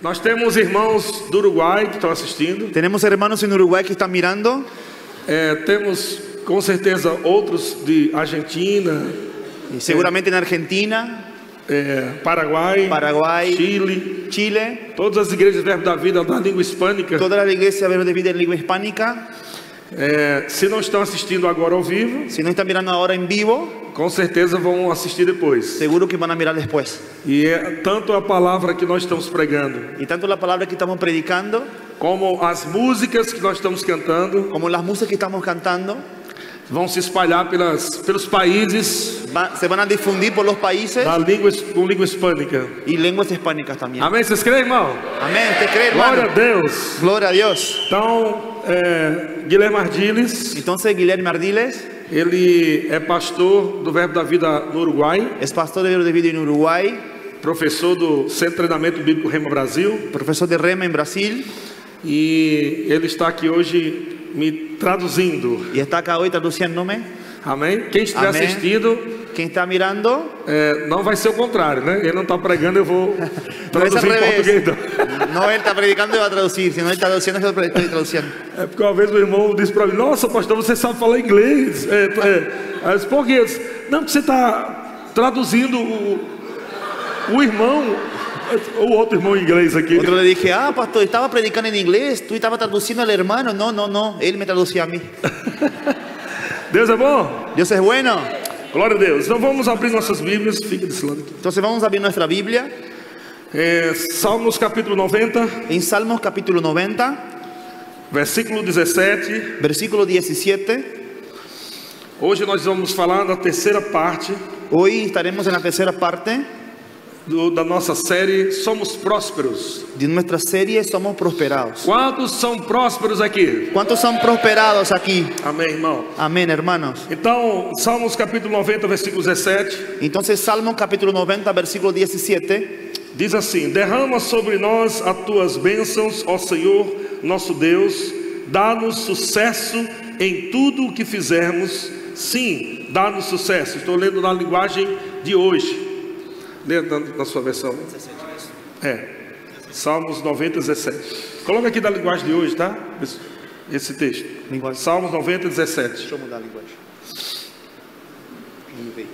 Nós temos irmãos do Uruguai que estão assistindo. Tenemos hermanos en Uruguay que están mirando. É, temos com certeza outros de Argentina, y seguramente en Argentina, é, Paraguai, Paraguai. Chile. Chile, Todas as igrejas do Verbo da Vida da língua hispânica. toda la iglesia Verbo de Vida en lengua hispánica. É, se não estão assistindo agora ao vivo, Si no están mirando ahora en vivo, com certeza vão assistir depois. seguro que van a mirar después. E é tanto a palavra que nós estamos pregando, Y tanto la palabra que estamos predicando, como as músicas que nós estamos cantando, como las músicas que estamos cantando, vão se espalhar pelas, pelos países va- se van a difundir por los países da língua, his- com língua hispânica. y lenguas hispánicas también. Amém? Vocês creem, irmão? Amén. ¿Te crees, Glória a hermano? Deus. Gloria a Dios. Então, é, Guilherme Ardiles, Entonces, Guillermo Ardiles ele é pastor do Verbo da Vida no Uruguai, es pastor de Verbo de Vida en Uruguay, professor do Centro de Treinamento Bíblico Rema Brasil, profesor de Rema en Brasil e ele está aqui hoje me traduzindo. y está acá hoy traduciéndome. Amém? Quem estiver Amém. assistindo, Quien está mirando, É, não vai ser o contrário, né? Ele não está pregando, eu vou no es al traduzir em português. revés. Então. No él está predicando y va a traducir, sino él está traduciendo y yo estoy traduciendo. É porque uma vez meu irmão disse para mim: Nossa, pastor, você sabe falar inglês. É, é. Aí eu disse: Por quê? Ele disse, Não, porque você está traduzindo o, o irmão, ou outro irmão em inglês aqui. Otro le dije, ah, pastor, estaba predicando en inglés, tú estabas traduciendo al hermano. No, no, no, él me traducía a mí. Deus é bom? Dios es bueno. Glória a Deus. Então vamos abrir nossas Bíblias, fica desse lado aqui. Entonces vamos a abrir nuestra Biblia É, Salmos capítulo 90, en Salmos capítulo 90, versículo 17. versículo 17. Hoje nós vamos falar da terceira parte Hoy estaremos en la tercera parte do- da nossa série Somos Prósperos. de nuestra serie Somos Prosperados. Quantos são prósperos aqui? ¿Cuántos son prosperados aquí? Amém, irmão. Amén, hermanos. Então, Salmos capítulo 90, versículo 17, Entonces Salmos capítulo 90, versículo 17, diz assim: Derrama sobre nós as tuas bênçãos, ó Senhor, nosso Deus, dá-nos sucesso em tudo o que fizermos. Sim, dá-nos sucesso. Estou lendo na linguagem de hoje. Lê na, na sua versão. É. Salmos 90, 17. Coloca aqui da linguagem de hoje, tá? Esse, esse texto. Linguagem. Salmos 90, 17. Deixa eu mudar a linguagem. NVI.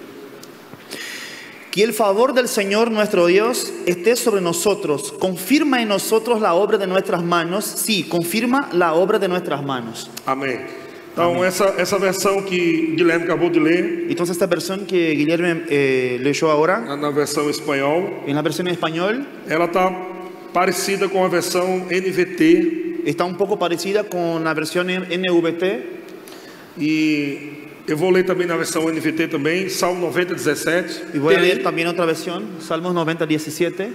Que el favor del Señor nuestro Dios esté sobre nosotros. Confirma en nosotros la obra de nuestras manos. Sí, confirma la obra de nuestras manos. Amém. Então, Essa, essa versão que Guilherme acabou de ler, Entonces esta versión que Guillermo eh, leyó ahora, na, na versão espanhol, en la versión en español, ela está parecida com a versão NVT. está un poco parecida con la versión en NVT. E eu vou ler também na versão NVT também, Salmo 90, 17. Y voy a Tem aí? leer también otra versión, Salmos 90, 17.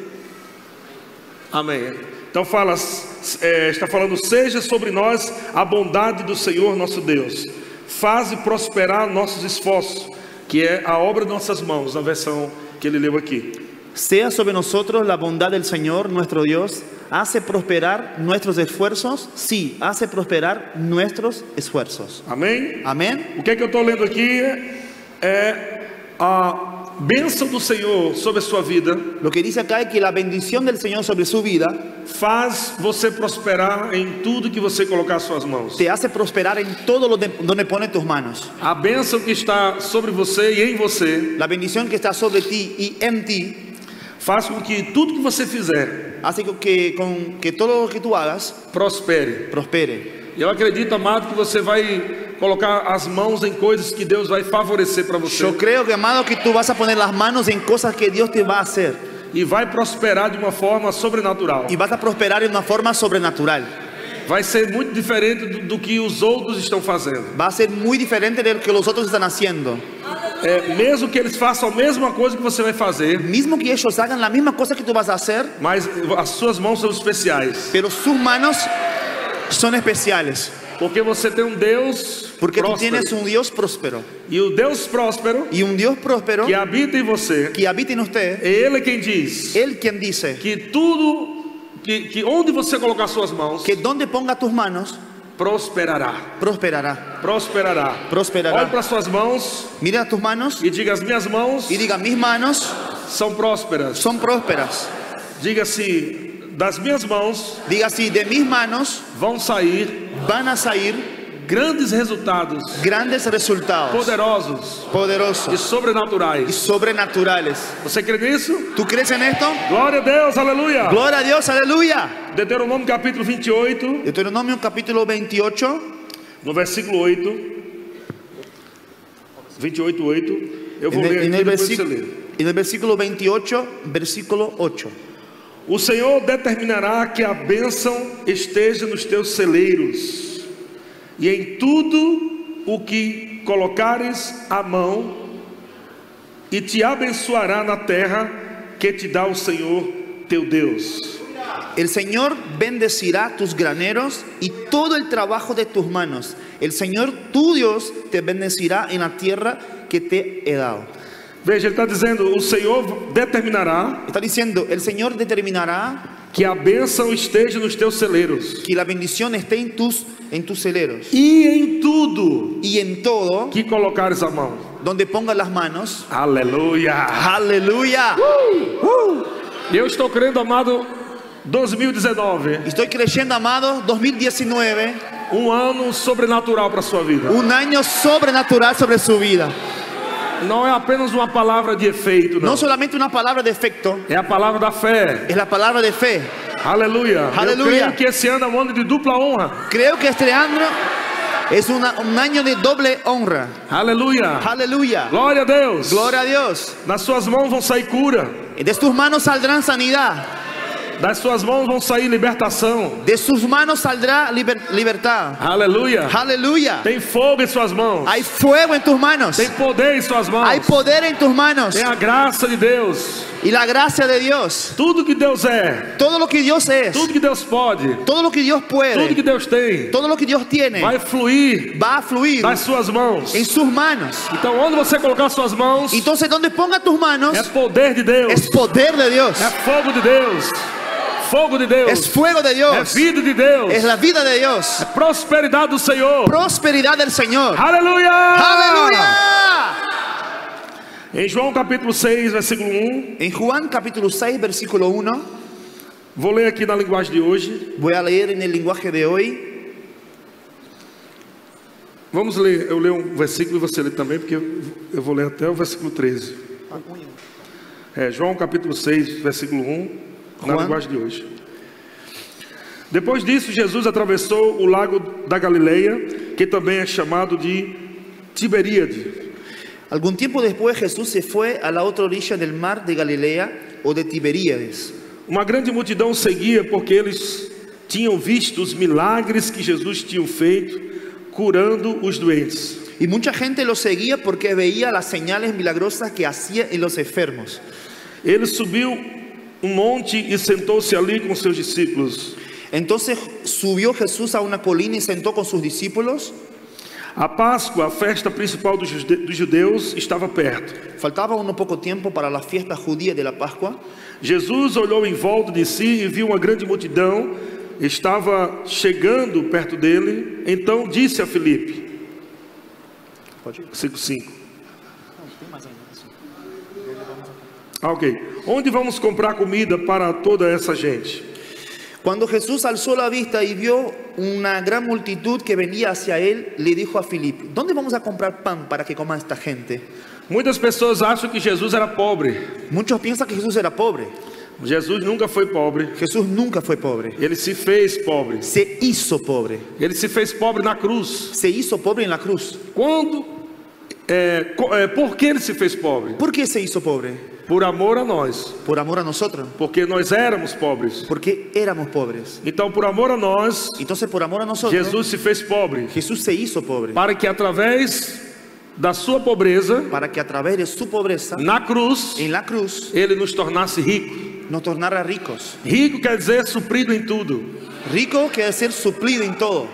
Amém. Então fala, é, está falando, seja sobre nós a bondade do Senhor nosso Deus. Faze prosperar nossos esforços, que é a obra de nossas mãos, na versão que ele leu aqui. Sea sobre nosotros la bondad del Señor, nuestro Dios. Hace prosperar nuestros esfuerzos. Sí, hace prosperar nuestros esfuerzos. Amém? Amén. O que é que eu estou lendo aqui é a bênção do Senhor sobre a sua vida Lo que dice acá es que la bendición del Señor sobre su vida faz você prosperar em tudo que você colocar as suas mãos. te hace prosperar en todo lo de- donde pone tus manos. A bênção que está sobre você e em você La bendición que está sobre ti y en ti faz com que tudo que você fizer hace que, que- con, que todo lo que tú hagas prospere. prospere. Eu acredito, amado, que você vai colocar as mãos em coisas que Deus vai favorecer para você Yo creo que, amado, que tú vas a poner las manos en cosas que Dios te va a hacer e vai prosperar de uma forma sobrenatural. y vas a prosperar de una forma sobrenatural. Vai ser muito diferente do, do que os outros estão fazendo. Va a ser muy diferente de lo que los otros están haciendo. É, mesmo que eles façam a mesma coisa que você vai fazer, Mismo que ellos hagan la misma cosa que tú vas a hacer, Mas as suas mãos são especiais. pero sus manos son especiales. Porque você tem um Deus Porque tú próspero. tienes un Dios próspero. E o Deus próspero Y un Dios próspero que habita em você, que habita en usted, é Ele quem diz Él quien dice que tudo, que, que onde você colocar suas mãos, que donde ponga tus manos, prosperará. prosperará. Prosperará. Prosperará. Olhe para suas mãos Mira tus manos e diga: as minhas mãos y diga, mis manos são prósperas. son prósperas. Diga-se, das minhas mãos Diga así, de mis manos vão sair van a salir grandes resultados, grandes resultados poderosos e poderosos y sobrenaturais. sobrenaturales. Você crê nisso? ¿Tú crees en esto? Glória a Deus, aleluia. Gloria a Dios, aleluya. Deuteronômio capítulo 28, Deuteronomio capítulo 28, no versículo 8. 28, 8. Eu vou en el, ler en aqui el depois você versículo- lê. en el versículo 28, versículo 8. O Senhor determinará que a bênção esteja nos teus celeiros, e em tudo o que colocares a mão, e te abençoará na terra que te dá o Senhor teu Deus. El Señor bendecirá tus graneros y todo el trabajo de tus manos. El Señor tu Dios te bendecirá en la tierra que te he dado. Veja, ele está dizendo: o Senhor determinará Está diciendo, el Señor determinará que a bênção esteja nos teus celeiros, que la bendición esté en tus, en tus celeros. e em tudo Y en todo, que colocares a mão. donde pongas las manos. Aleluia! Aleluya. Eu estou crendo, amado, 2019. Estoy creyendo, amados, 2019, Um ano sobrenatural para a sua vida. un año sobrenatural sobre su vida. Não é apenas uma palavra de efeito, não. No solamente una palabra de efecto, É a palavra da fé. es la palabra de fe. Aleluia. Eu Aleluia. creio que esse ano é um ano de dupla honra. Creo que este año es una- un año de doble honra. Aleluia. Aleluya. Glória a Deus. Gloria a Dios. Das suas mãos vão sair cura. De tus manos saldrán sanidad. Das suas mãos vão sair libertação. De sus manos saldrá liber- libertad. Aleluia. Aleluya. Tem fogo em suas mãos. Hay fuego en tus manos. Tem poder em suas mãos. Hay poder en tus manos. Tem a graça de Deus. Y la gracia de Dios. Tudo que Deus é, Todo lo que Dios es. tudo que Deus pode, Todo lo que Dios tudo que puede. Deus tem, Todo lo que Dios tiene. vai fluir Va a fluir das suas mãos. en sus manos. Então, onde você colocar suas mãos, Entonces donde ponga tus manos é poder de Deus, es poder de Dios. é fogo de Deus, fogo de Es Deus, fuego de é Dios. vida de Deus, Es la vida de Dios. prosperidade do Senhor. Prosperidad del Señor. Aleluia! Aleluya. Em João capítulo 6, versículo 1, En Juan capítulo 6, versículo 1, vou ler aqui na linguagem de hoje. voy a leer en el lenguaje de hoy. Vamos ler, eu leio um versículo e você lê também, porque eu eu vou ler até o versículo 13. É, João capítulo 6, versículo 1, na Juan. linguagem de hoje. Depois disso, Jesus atravessou o lago da Galileia, que também é chamado de Tiberíade. Algún tiempo después Jesús se fue a la otra orilla del mar de Galilea o de Tiberíades. Uma grande multidão o seguia porque eles tinham visto os milagres que Jesus tinha feito, curando os doentes. Y mucha gente lo seguía porque veía las señales milagrosas que hacía en los enfermos. Ele subiu um monte e sentou-se ali com seus discípulos. Entonces subió Jesús a una colina y sentó con sus discípulos. A Páscoa, a festa principal dos jude- dos judeus, estava perto. Faltaba uno poco tiempo para la fiesta judía de la Pascua. Jesus olhou em volta de si e viu uma grande multidão estava chegando perto dele. Então disse a Filipe, versículo 5. Ah, ok. Onde vamos comprar comida para toda essa gente? Cuando Jesús alzó la vista y vio una gran multitud que venía hacia él, le dijo a Filipe, ¿dónde vamos a comprar pan para que coma esta gente? Muitas pessoas acham que Jesus era pobre. Muchos piensan que Jesús era pobre. Jesus nunca foi pobre. Jesús nunca fue pobre. Ele se fez pobre. Se hizo pobre. Ele se fez pobre na cruz. Se hizo pobre en la cruz. Quando, é, co- é, por que ele se fez pobre? ¿Por qué se hizo pobre? Por amor a nós, Por amor a nosotros. porque nós éramos pobres. Porque éramos pobres. Então, por amor a nós, Entonces, por amor a nosotros, Jesus se fez pobre, Jesús se hizo pobre. para que através da sua pobreza Para que a través de su pobreza, na cruz, en la cruz, ele nos tornasse rico. nos tornara ricos. Rico quer dizer suprido em tudo, Rico quiere decir suplido en todo.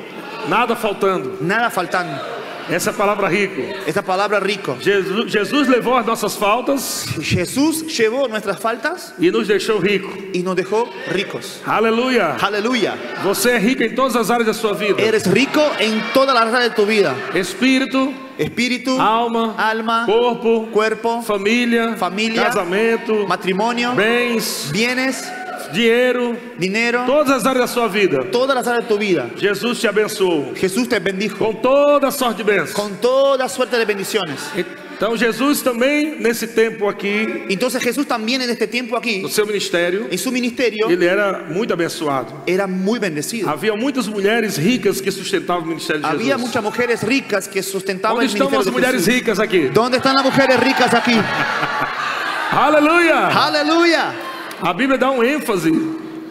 nada faltando. Nada faltando. Essa é a palavra rico. Esta palabra rico. Jesus, Jesus levou as nossas faltas Jesús llevó nuestras faltas e nos deixou rico. y nos dejó ricos. Aleluia! Aleluya. Você é rico em todas as áreas da sua vida: Eres rico en todas las áreas de tu vida. espírito, Espíritu, alma, alma, corpo, cuerpo, família, Família, casamento, matrimonio, bens, bienes, cosas, dinheiro, dinero, todas as áreas da sua vida. todas las áreas de tu vida. Jesus te abençoou Jesús te bendijo com toda a sorte de bênção. con toda suerte de bendiciones. Então Jesus também nesse tempo aqui Entonces Jesús también en este tiempo aquí, no seu ministério, en su ministerio, ele era muito abençoado. era muy bendecido. Havia muitas mulheres ricas que sustentavam o ministério de Había Jesus. muchas mujeres ricas que sustentaban Onde el estão ministerio as de mulheres Jesús. ricas aqui? ¿Dónde están las mujeres ricas aquí? Aleluia! Aleluya. A Bíblia dá um ênfase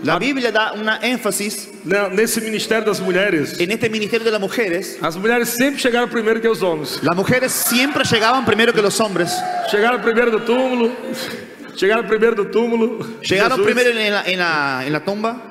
La Biblia da una énfasis né, nesse ministério das mulheres. en este ministerio de las mujeres. As mulheres sempre chegaram primeiro que os homens. Las mujeres siempre llegaban primero que los hombres. Chegaram primeiro do túmulo. Chegaron primeiro do túmulo. Llegaron Jesus. primero en la, en la- en la tumba,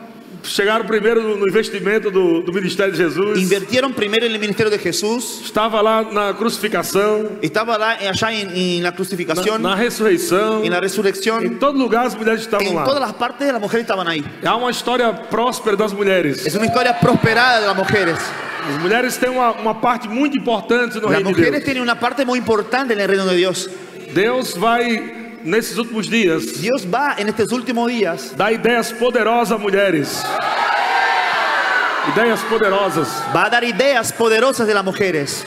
Chegaram primeiro no- no investimento do, do ministério de Jesus. invirtieron primero en el ministerio de Jesús, Estava lá na crucificação, estaba lá- allá en, en la na, crucificação, na ressurreição. en la Em resurrección. todo lugar as mulheres estavam En todas lá. las partes las mujeres estaban ahí. Há uma história próspera das mulheres. Es una historia prosperada de las mujeres. As mulheres têm uma, uma parte muito importante no Las reino de mujeres Deus. tienen una parte muy importante en el reino de Dios. Deus vai, nesses últimos dias, Dios va en estos últimos días, dar ideias poderosas a mulheres. Ideias poderosas. va a dar ideas poderosas de las mujeres.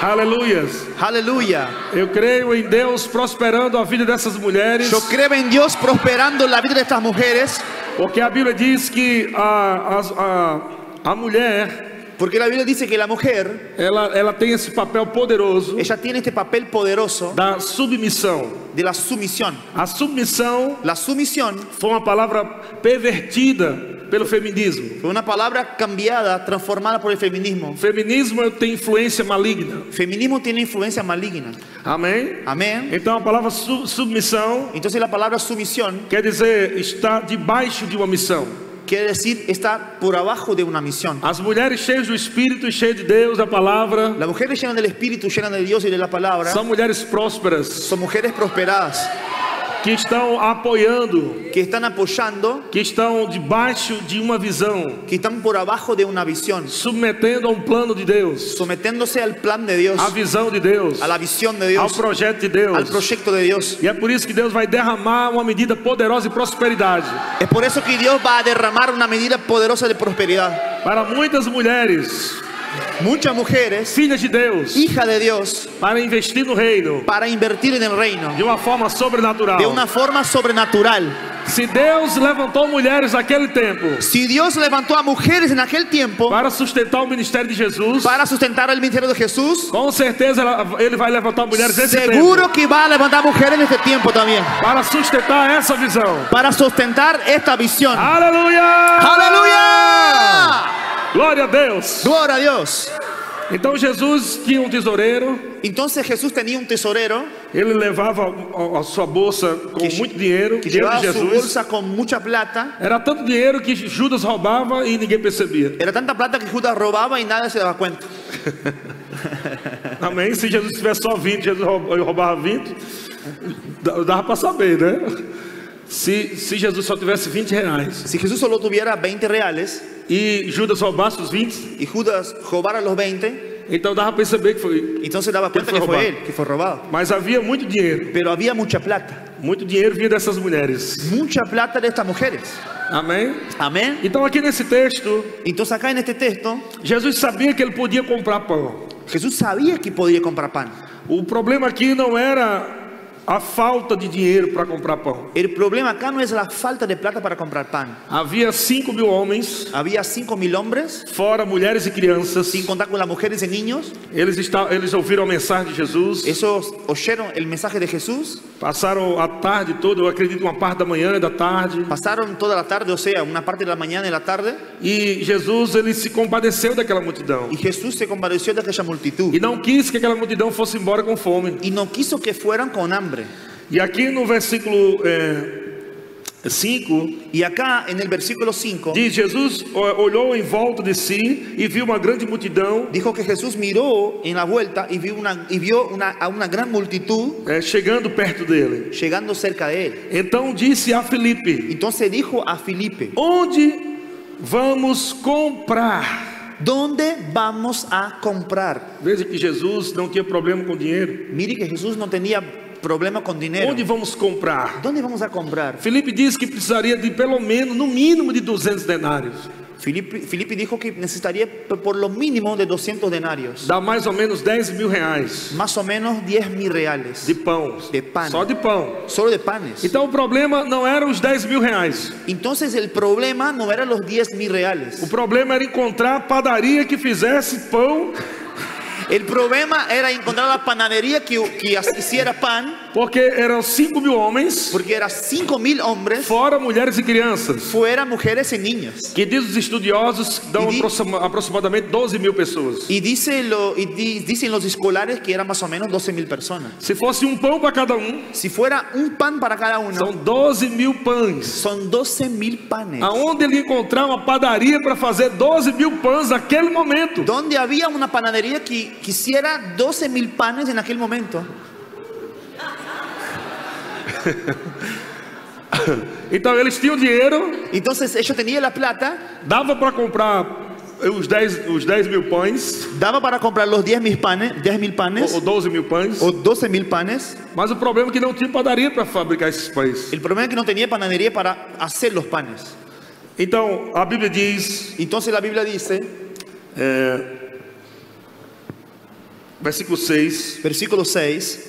Aleluias. Aleluya. Eu creio em Deus prosperando a vida dessas mulheres. Yo creo en Dios prosperando la vida de estas mujeres, Porque a Bíblia diz que a, as- a, a mulher, porque la Biblia dice que la mujer, ela, ela tem esse papel poderoso ella tiene este papel poderoso da submissão. de la sumisión. A submissão La sumisión foi uma palavra pervertida pelo feminismo. fue una palabra cambiada, transformada por el feminismo. O feminismo tem influência maligna. Feminismo tiene influencia maligna. Amém? Amén. Então a palavra su- submissão Entonces la palabra sumisión quer dizer estar debaixo de uma missão. quiere decir estar por abajo de una misión. As mulheres cheias do Espírito, cheias de Deus, da palavra, Las mujeres llenas del Espíritu, llenas de Dios y de la palabra, são mulheres prósperas son mujeres prosperadas que estão apoiando, que están apoyando, que estão debaixo de uma visão, que están por abajo de una visión, submetendo a um plano de Deus, sometiéndose al plan de Dios, à visão de Deus, a la visión de ao Dios, projeto de al Deus. proyecto de Dios. E é por isso que Deus vai derramar uma medida poderosa de prosperidade Es por eso que Dios va a derramar una medida poderosa de prosperidad. para muitas mulheres, Muchas mujeres, filhas de Deus, hijas de Dios, para investir no reino para invertir en el reino de uma forma sobrenatural. de una forma sobrenatural. Se Deus levantou mulheres naquele tempo Si Dios levantó a mujeres en aquel tiempo para sustentar o ministério de Jesus, para sustentar el ministerio de Jesús, com certeza ela- ele vai levantar mulheres nesse tempo seguro que va a levantar mujeres en este tiempo también para sustentar essa visão. para sustentar esta visión. Aleluia! ¡Aleluya! Glória a Deus. Gloria a Dios. Então Jesus tinha um tesoureiro, Entonces Jesús tenía un tesorero ele levava a- a sua bolsa com Que- muito dinheiro, que dinheiro de llevaba su Jesus. bolsa con mucha plata. Era tanto dinheiro que Judas roubava e ninguém percebia. Era tanta plata que Judas robaba y nadie se daba cuenta. Amém? Se Jesus tivesse só 20, Jesus roub- eu roubava 20, da- dava para saber, né? Se, se Jesus só tivesse 20 reais Si Jesús solo tuviera 20 reales e Judas roubasse os 20, y Judas robara los 20, então dava para perceber que foi. entonces daba cuenta fue que fue robado. él, que fue robado. Mas havia muito dinheiro. Pero había mucha plata, Muito dinheiro vinha dessas mulheres. mucha plata de estas mujeres. Amém? Amén. Então, aqui nesse texto, Entonces acá en este texto, Jesus sabia que ele podia comprar pão. Jesús sabía que podía comprar pan. O problema aqui não era a falta de dinheiro para comprar pão. El problema acá no es la falta de plata para comprar pan. Havia 5 mil homens Había 5.000 hombres, Fora mulheres e crianças, sin contar con las mujeres y niños. eles, está, eles ouviram a mensagem de Jesus, Esos oyeron el mensaje de Jesús, passaram a tarde toda, eu acredito, uma parte da manhã e da tarde, pasaron toda la tarde, o sea, una parte de la mañana y la tarde, e Jesus ele se compadeceu daquela multidão y Jesús se compadeció de aquella multitud. e não quis que aquela multidão fosse embora com fome. Y no quiso que fueran con hambre. E aqui no versículo é, 5 Y acá en el versículo 5 diz: Jesus ó, olhou em volta de si e viu uma grande multidão dijo que Jesús miró en la vuelta y vio una y vio una- a una gran multitud eh, chegando perto dele. llegando cerca de él. Então disse a Felipe: Entonces dijo a Felipe, Onde vamos comprar? ¿dónde vamos a comprar? Veja que Jesus não tinha problema com dinheiro. Mire que Jesús no tenía problema con dinero. Onde vamos comprar? ¿Dónde vamos a comprar? Felipe disse que precisaria de pelo menos, no mínimo, de 200 denários. Filipe, Filipe dijo que necesitaría p- por lo mínimo de 200 denarios, Dá mais ou menos 10 mil reais más o menos 10 mil reales, de pão. De pão. Só de pão. solo de panes. Então o problema não era os 10 mil reais. Entonces el problema no era los 10 mil O reales, problema era encontrar a padaria que fizesse pão, el problema era encontrar la panadería que, que hiciera pan, porque eram 5 mil homens, porque era 5 mil hombres, fora mulheres e crianças. fuera mujeres y niños. Que diz os estudiosos que dão E di- aproxima- aproximadamente 12 mil pessoas. Y, dice lo, y di- dicen los escolares que eran más o menos 12 mil personas. Se fosse um pão para cada um, Si fuera un pan para cada uno, são 12 mil pães. son 12 mil panes. Aonde ele ia encontrar uma padaria para fazer 12 mil pães naquele momento? donde había una panadería que quisiera 12 mil panes en aquel momento. Então eles tinham dinheiro, Entonces ellos tenían la plata, dava para comprar os 10, os 10 mil pães, daba para comprar los 10 mil panes, 10 ou, mil ou panes 12 mil pães, o 12 mil panes. mas o problema é que não tinha padaria para fabricar esses pães. El problema es que no tenía panadería para hacer los panes. Então a Bíblia diz, Entonces la Biblia dice, versículo 6, versículo 6,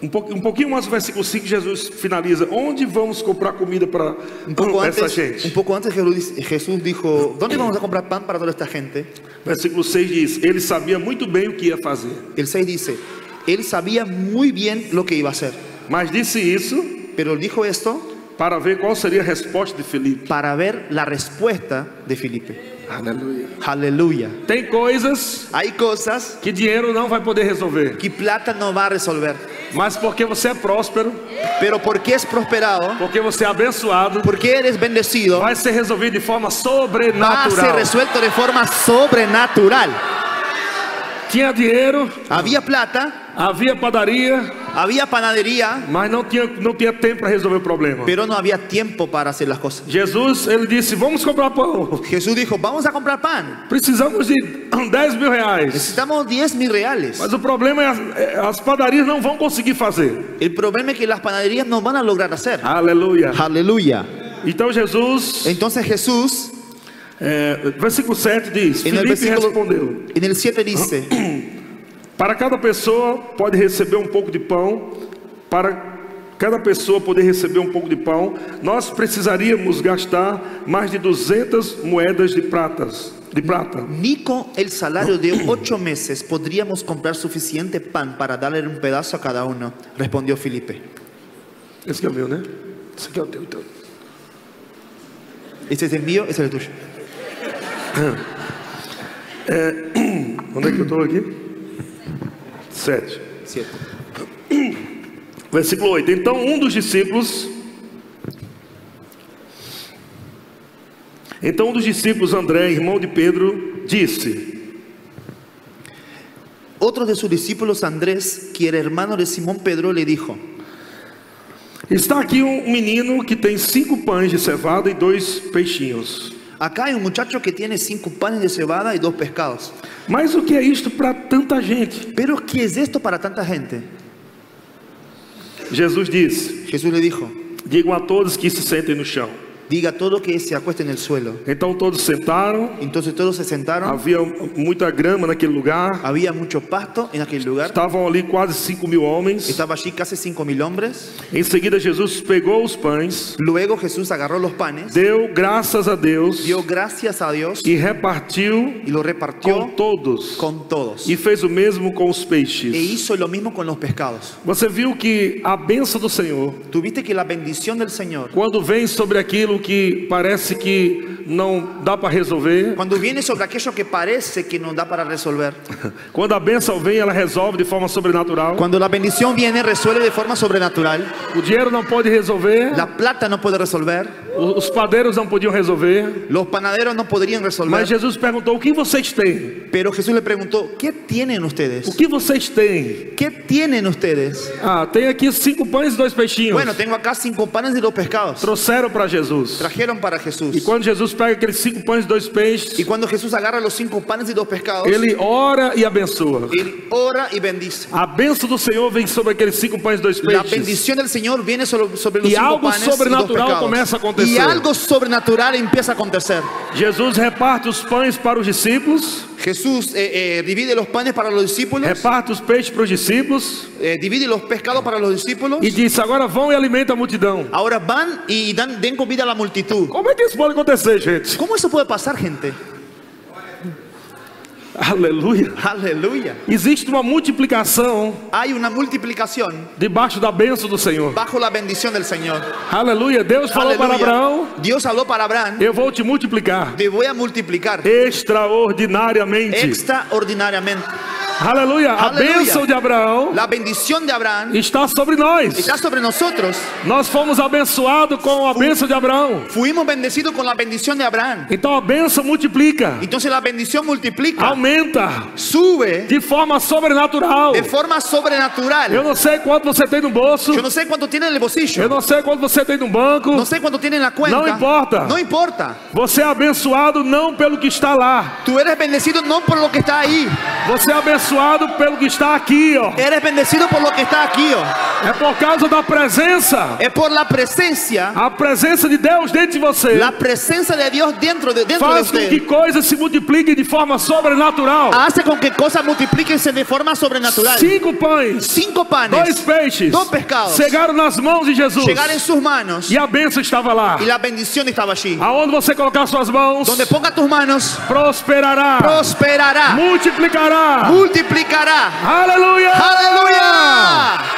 um, pouco- um pouquinho mais do versículo 5, Jesus finaliza: Onde vamos comprar comida para un poco essa Um antes, gente? un poco antes Jesús- Jesús dijo, ¿dónde vamos a comprar pan para toda esta gente? Versículo 6 diz: Ele sabia muito bem o que ia fazer, El 6 dice, él sabía muy bien lo que iba a hacer, mas disse isso pero dijo esto para ver qual seria a resposta de Felipe. para ver la respuesta de Felipe. Aleluia. Aleluya. Tem coisas Hay cosas que dinheiro não vai poder resolver, que plata no va a resolver, mas porque você é próspero, pero porque es prosperado, porque você é abençoado, porque eres bendecido, vai ser resolvido de forma va a ser sobrenatural. resuelto de forma sobrenatural. Tinha dinheiro, Había plata, havia padaria, había panadería, mas não tinha, não tinha tempo para resolver o problema. pero no había tiempo para hacer las cosas. Jesus, ele disse: Vamos comprar pão. Jesús dijo, vamos a comprar pan. Precisamos de 10 mil reais. Necesitamos 10 mil reales. Mas o problema é as- é as padarias não vão conseguir fazer. El problema es que las panaderías no van a lograr hacer. Aleluia. Aleluya. Então Jesus, Entonces Jesús é, versículo 7 diz: en el Felipe respondeu: versículo en el 7 dice, Para cada pessoa pode receber um pouco de pão, para cada pessoa poder receber um pouco de pão, nós precisaríamos gastar mais de 200 moedas de pratas, de prata. Ni con el salario de ocho meses podríamos comprar suficiente pan para darle un pedazo a cada uno, respondió Felipe. Esse que é o meu, né? Esse aqui é o teu, então. Este es el mío, este es el tuyo. Onde é que eu estou aqui? 7. Siete. Versículo 8. Então um dos discípulos. Então um dos discípulos, André, irmão de Pedro, disse: Otro de sus discípulos, Andrés, que era hermano de Simón Pedro, le dijo, Está aqui um menino que tem cinco pães de cevada e dois peixinhos. acá hay un muchacho que tiene cinco panes de cebada y dos pescados. Mas o que é isto para tanta gente? Pero ¿qué es esto para tanta gente? Jesus disse: Jesús le dijo, Digam a todos que se sentem no chão. diga todo que se acueste en el suelo. Então todos sentaram. Entonces todos se sentaron, Havia muita grama naquele lugar. había mucho pasto en aquel lugar, Estavam ali quase cinco mil homens. estaba allí casi cinco mil hombres. Em seguida, Jesus pegou os pães, Luego Jesús agarró los panes. deu graças a Deus. dio gracias a Dios e repartiu y lo com repartió todos con todos. e fez o mesmo com os E peixes. hizo lo mismo con los pescados. Você viu que a benção do Senhor, Tuviste que la bendición del Señor, quando vem sobre aquilo que parece que não dá para resolver, cuando viene sobre aquello que parece que no da para resolver, quando a benção vem, ela resolve de forma sobrenatural. cuando la bendición viene resuelve de forma sobrenatural, O dinheiro não pode resolver, la plata no puede resolver, o- os padeiros não podiam resolver. los panaderos no podrían Mas resolver. Jesus perguntou: o que vocês têm? Pero Jesús le preguntó, ¿qué tienen O ustedes? que vocês têm? ¿Qué tienen ustedes? Ah, tem aqui cinco pães e dois peixinhos. Bueno, tengo acá cinco panes y dos pescados. Trouxeram para Jesus. Trajeron para Jesús. E quando Jesus Jesus pega aqueles cinco pães e dois Y peixes, cuando Jesús agarra los cinco panes y dos pescados, ele ora e abençoa. él ora y bendice. A bênção do Senhor vem sobre aqueles cinco pães e dois La peixes. bendición del Señor viene sobre, sobre los Y cinco algo panes y dos sobrenatural pescados. comienza a acontecer. Y algo sobrenatural empieza a acontecer. Jesus reparte os pães para os discípulos, Jesús eh, eh, divide los panes para los discípulos, reparte os peixes para os discípulos eh, divide los pescados para los discípulos. e diz: agora vão e alimenta a multidão. Ahora van y dan, den comida a la multitud. Como é que isso pode acontecer, gente? ¿Cómo eso puede pasar, gente? Aleluia. Aleluya. Existe uma multiplicação Hay una multiplicación debaixo da bênção do Senhor. bajo la bendición del Señor. Aleluia. Deus falou para Aleluya. Abraão: Dios habló para Abraham, Eu vou te multiplicar te voy a multiplicar extraordinariamente. extraordinariamente. Aleluia. A Aleluia. bênção de Abraão La bendición de Abraham está sobre nós. está sobre nosotros. Nós fomos abençoados com a bênção de Abraão. Fuimos bendecidos con la bendición de Abraham. Então a bênção multiplica, Entonces la bendición Ah. multiplica, aumenta sube de forma sobrenatural. de forma sobrenatural. Eu não sei quanto você tem no bolso, Yo no sé cuánto tiene en el eu bolsillo, não sei quanto você tem no banco. no sé cuánto tiene en la cuenta. No importa. No importa. Você é abençoado não pelo que está lá, Tú eres bendecido no por lo que está ahí, você é abençoado pelo que está aqui, ó. eres bendecido por lo que está aquí. oh. É por causa da presença, Es por la presencia, a presença de Deus dentro de você. la presencia de Dios dentro de, dentro Ah, de Faz com usted. que coisas se multipliquem de forma sobrenatural. Hace con que cosas multiplíquense de forma sobrenatural. Cinco pães, Cinco dois panes peixes, Dois pescados. chegaram nas mãos de Jesus. llegaron en sus manos E a bênção estava lá. y la bendición estaba allí. Aonde você colocar suas mãos, Donde ponga tus manos, Ah. prosperará, prosperará, multiplicará. multiplicará. Ah. Aleluia! ¡Aleluya!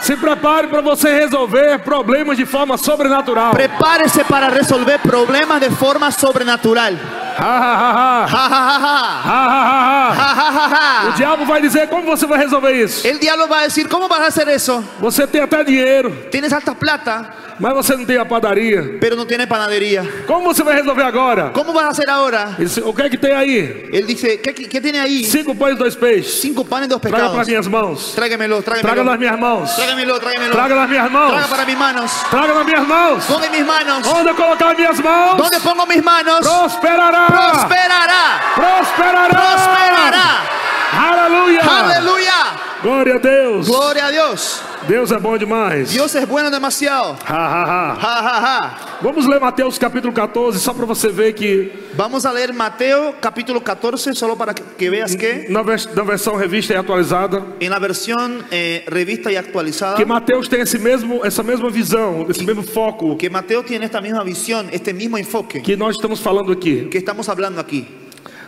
Se prepare para você resolver problemas de forma sobrenatural. Prepárese para resolver problemas de forma sobrenatural. Ha, ha, ha, ha. Ja, ja, ja, ja. Ha, ha, ha, ha. Ja, ja, ja, O ja. diabo vai dizer como você vai resolver isso. El diablo va a decir, ¿cómo vas a hacer eso? Você tem até dinheiro, Tienes alta plata, mas você não tem a padaria. pero no tienes panadería. Como você vai resolver agora? ¿Cómo vas a hacer ahora? Ele disse, o que é que tem aí? Él dice, ¿qué, qué tiene ahí? Cinco pães e dois peixes. Cinco panes, dos Traga para pescados. minhas mãos. Tráigamelo, Traga tráigamelo. nas minhas mãos. Tráigamelo, tráigamelo. Traga nas minhas Traga mãos. para mis manos. Traga nas minhas mãos. ¿Dónde mis manos? Onde eu colocar minhas mãos, ¿Dónde pongo mis manos? prosperará. Prosperará. Prosperará! Prosperará. Aleluia! Aleluya. Glória a Deus! Gloria a Dios. Deus é bom demais! Dios es bueno demasiado. Ha, ha, ha. Ja, ja, ja. Vamos ler Mateus capítulo 14, só para você ver que Vamos a leer Mateo capítulo 14 solo para que- que veas que na, vers- na versão revista e atualizada, en la versión eh, revista y actualizada que Mateus tem ese mesmo, essa mesma visão, esse mesmo foco que Mateo tiene esta misma visión, este mismo enfoque que nós estamos falando aqui. que estamos hablando aquí.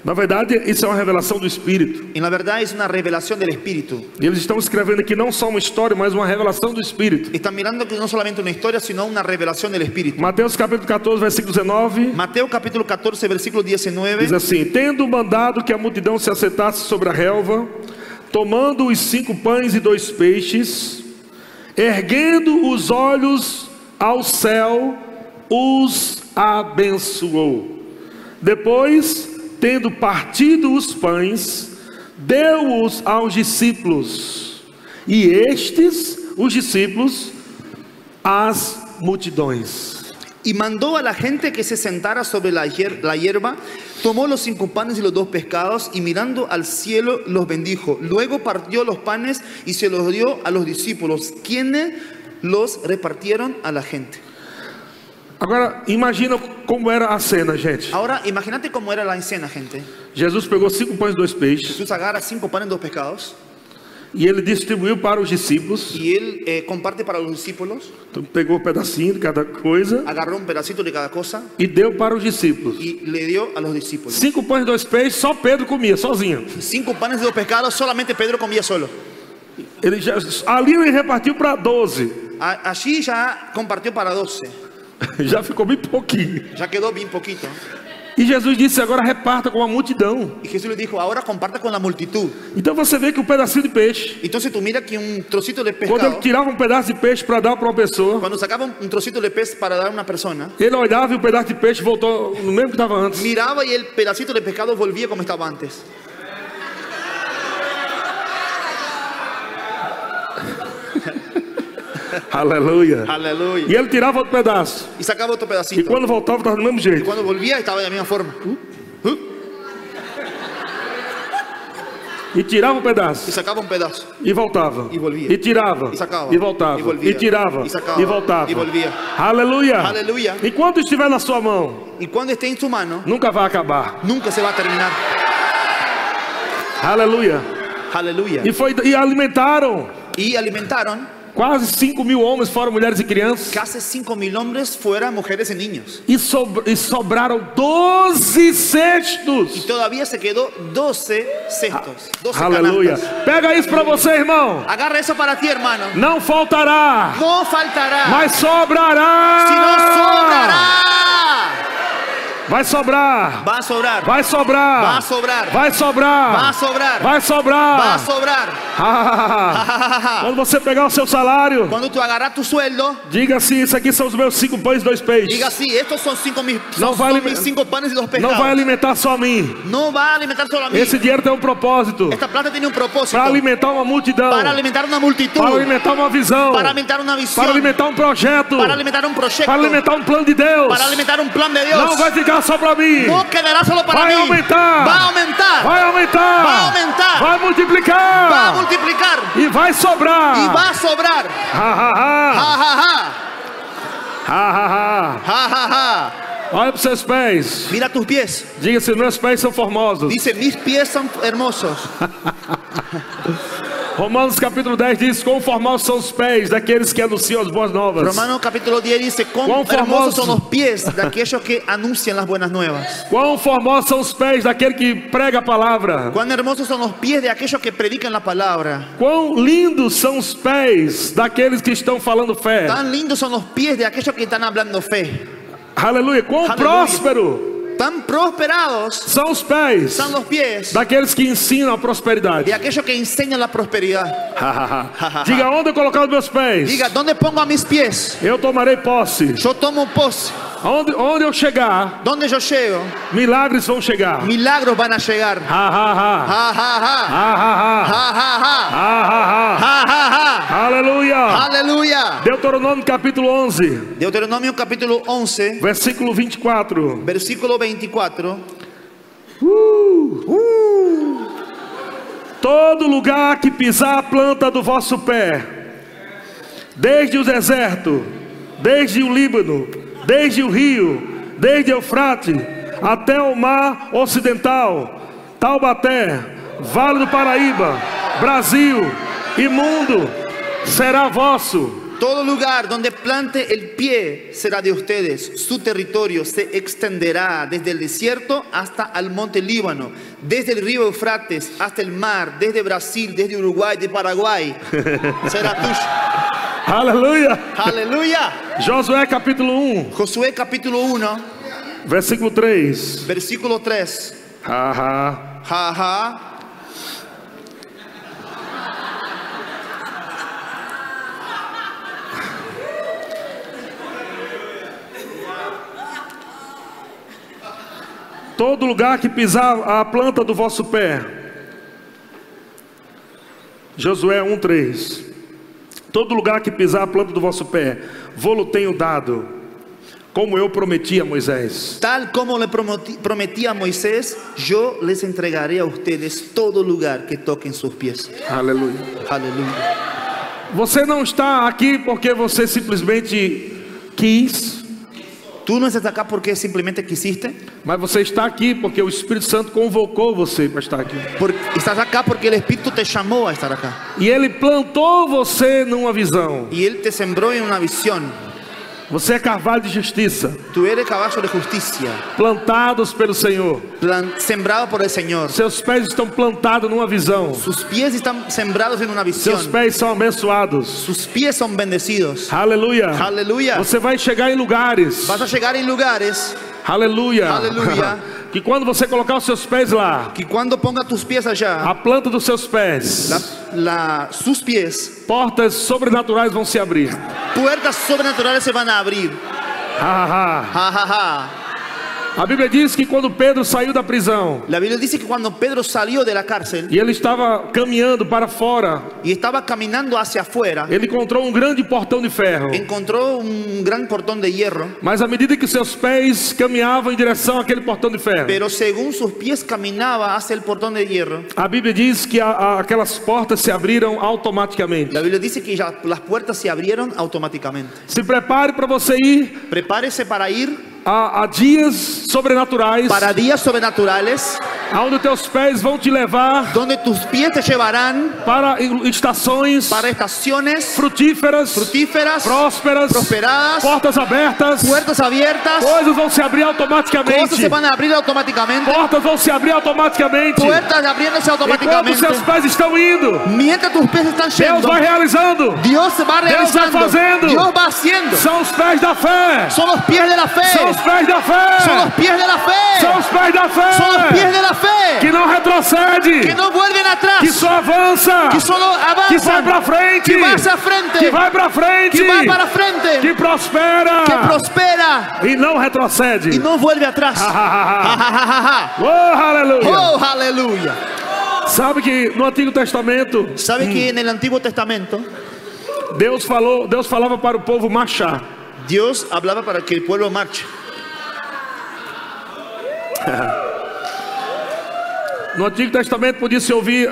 Na verdade, isso é uma revelação do Espírito. En la verdad es una revelación del Espíritu. E eles estão escrevendo aqui não só uma história, mas una revelação do Espírito. Están mirando que no solamente una historia, sino una revelación del Espíritu. Mateus capítulo 14, versículo 19. Mateo capítulo 14, versículo Diz 19. assim: Tendo mandado que a multidão se assentasse sobre a relva, tomando os cinco pães e dois peixes, erguendo os olhos ao céu, os abençoou. Depois, tendo partido os pães, deu-os aos discípulos, e estes, os discípulos, às multidões. Y mandó a la gente que se sentara sobre la, hier- la hierba, tomó los cinco panes y los dos pescados, y mirando al cielo los bendijo. Luego partió los panes y se los dio a los discípulos, quienes los repartieron a la gente. Agora, imagina como era a cena, gente. Ahora, imagínate cómo era la escena, gente. Jesus pegou cinco pães e dois peixes Jesús agarra cinco panes y dos pescados, e ele distribuiu para os discípulos. y él eh, comparte para los discípulos, Então, pegou um pedacinho de cada coisa agarró un pedacito de cada cosa e deu para os discípulos. y le dio a los discípulos. Cinco pães e dois peixes, só Pedro comia, sozinho. Cinco panes y dos pescados, solamente Pedro comía solo. Ele já, ali ele repartiu para doze. A- allí ya compartió para doce. Já ficou bem pouquinho. Ya quedó bien poquito. E Jesus disse: agora reparta com a multidão. Y Jesús le dijo, ahora comparte con la multitud. Então você vê que um pedacinho de peixe, Entonces tú mira que un trocito de quando ele pescado, tirava um pedaço de peixe para dar para uma pessoa, cuando sacaba un un trocito de pez para dar a una persona, ele olhava e o pedaço de peixe voltou no mesmo que estava antes. miraba y el pedacito de pescado volvía como estaba antes. Aleluia. Aleluya. E ele tirava outro pedaço. Y sacaba otro E pedacito. quando voltava, estava do mesmo Y jeito. cuando volvía estaba de la misma forma. ¿Mm? E tirava o Y pedaço. sacaba un pedazo. E voltava. E volvia. E tirava. E sacava. E voltava. E volvia. E tirava. E sacava. E voltava. E volvia. Aleluia. Aleluia. Enquanto estiver na sua mão, Y cuando esté en su mano, nunca vai acabar. nunca se va a terminar. Aleluia. Aleluya. E, foi, e alimentaron Y alimentaron quase 5 mil homens, fora mulheres e crianças. casi 5.000 hombres fuera mujeres y niños. E, sobr- e sobraram 12 cestos. Y todavía se quedó 12 cestos. 12 Ah, Aleluia. Então, canastas. Pega isso para você, irmão. Agarra eso para ti, hermano. Não faltará, No faltará. mas Si no sobrará. sobrará. Vai sobrar. Va a sobrar. Vai Va a sobrar. sobrar. Vai Va a sobrar. sobrar. Vai Va a sobrar. sobrar. Ah, Quando você pegar o seu salário, Cuando tú agarras tu sueldo, diga assim: Isso aqui são os meus cinco pães e dois diga assim, peixes. sí, estos son cinco mil, son- No va a son aliment- mis cinco panes y dos pescados. Não vai alimentar só a mim. No va a alimentar solo a mí. Esse dinheiro tem um propósito. Esta plata tiene un propósito. para alimentar uma multidão, É Para alimentar una multitud. para alimentar uma visão, Para alimentar una para visión. alimentar um projeto, Para alimentar un proyecto. para alimentar um plano de Deus. Para alimentar un plan de Dios. Não vai ficar só para mim. No quedará solo para Vai mí. aumentar. Va a aumentar. Vai aumentar, Vai aumentar. vai multiplicar Va a multiplicar. e vai sobrar. Y va a sobrar. Ha, ha, ha. Ja, ja, ja. Ha, ha, ha. Ja, ja, ja. Olha para os seus pés. Mira tus pies. Diga se meus pés são formosos. Dice, mis pies son hermosos. Romanos capítulo 10 diz: Quão formosos são os pés daqueles que anunciam as boas novas. Romanos capítulo 10 dice, cuán Cuán hermosos famoso. son los pies de aquellos que anuncian las buenas nuevas. Quão formosos são os pés daquele que prega a palavra. Cuán hermosos son los pies de aquellos que predican la palabra. Quão lindos são os pés daqueles que estão falando fé. Tan lindos son los pies de aquellos que están hablando fe. Aleluia. Quão Aleluia. próspero Tan prosperados são os pés son los pies daqueles que ensinam a prosperidad. de aquellos que enseñan la prosperidad. Diga onde eu colocar os meus pés. Diga, ¿dónde pongo a mis pies? Eu tomarei posse. Yo tomo pos. Onde, onde eu chegar, ¿Dónde yo llego? milagres vão chegar. Milagros van a llegar. Ha, ha, ha. Ja, ja, ja. Ha, ha, ha. Ja, ja, ja. Ha, ha, ha. Ja, ja, ja. Aleluia. Aleluya. Deuteronomio capítulo 11, Deuteronomio capítulo 11, versículo 24. versículo 24. Todo lugar que pisar a planta do vosso pé, desde o deserto, desde o Líbano, desde o rio, desde Eufrate, até o mar ocidental, Taubaté, Vale do Paraíba, Brasil, imundo, será vosso. Todo lugar donde plante el pie será de ustedes. Su territorio se extenderá desde el desierto hasta el monte Líbano, desde el río Eufrates hasta el mar, desde Brasil, desde Uruguay, de Paraguay. Será tuyo. Aleluia! Aleluya. Josué capítulo 1, Josué capítulo 1, versículo 3. versículo 3. Haha. Ja, ja. Todo lugar que pisar a planta do vosso pé. Josué 1:3. Todo lugar que pisar a planta do vosso pé, vou-lo tenho dado, como eu prometi a Moisés. Tal como le prometi- prometí a Moisés, yo les entregaré a ustedes todo lugar que toquen sus pies. Aleluia. Aleluya. Você não está aqui porque você simplesmente quis, Tú no estás acá porque simplemente quisiste. mas você está aqui porque o Espírito Santo convocou você para estar aqui. Porque estás acá porque el Espíritu te llamó a estar acá. E ele plantou você numa visão. Y Él te sembró en una visión. Você é carvalho de justiça, Tú eres caballo de justicia, plantados pelo Senhor. plan- sembrado por el Señor. Seus pés estão plantados numa visão. Sus pies están sembrados en una Seus visión. pés são abençoados. Sus pies son bendecidos. Aleluia. Aleluya. Você vai chegar em lugares. Vas a llegar en lugares Aleluia. Aleluia. Que quando você colocar os seus pés lá, que cuando ponga tus pies allá, a planta dos seus pés, la- la- sus pies, portas sobrenaturais vão se abrir. puertas sobrenaturales se van a abrir. Ha, ha, ha. Ja, ja, ja. A Bíblia diz que quando Pedro saiu da prisão La Biblia dice que cuando Pedro salió de la cárcel e ele estava caminhando para fora, y estaba caminando hacia afuera, ele encontrou um grande portão de ferro. encontró un gran portón de hierro, Mas à medida que seus pés caminhavam em direção àquele portão de ferro, pero según sus pies caminaba hacia el portón de hierro, a Bíblia diz que a- a- aquelas portas se abriram automaticamente. la Biblia dice que ya las puertas se abrieron automáticamente. Se prepare para você ir Prepárese para ir a, a dias sobrenaturais, para días sobrenaturales, aonde teus pés vão te levar donde tus pies te llevarán para em- estações para estaciones frutíferas, fructíferas, prósperas, prosperadas, portas abertas, puertas abiertas, coisas vão se abrir cosas automaticamente, se van a abrir automáticamente, portas vão se abrir automaticamente. puertas abriéndose Enquanto automáticamente. seus pés estão indo, Mientras tus pies están Deus yendo, vai realizando. Dios va realizando, haciendo. Dios va haciendo. São os pés da fé. Son los pies de la São fe. os pés da Son los fé. pies de São la fe. os pés da Son los pies fé. de la Que fe. não Que retrocede. no vuelven atrás. Que só avança. Que solo Que sai avanzan. pra frente. Que va hacia frente. Que vai pra frente. Que va para frente. Que Que prospera. prospera. E não Y retrocede. no vuelve atrás. Ha, ha, ha, ha. Ja, ja, ja, ja. Oh, aleluia. Oh, aleluya. Sabe que no Antigo Testamento, ¿Sabe Mm. que en el Antiguo Testamento Deus falou, Deus falava para o povo marchar. Dios hablaba para que el pueblo marche? No Antigo Testamento podia se ouvir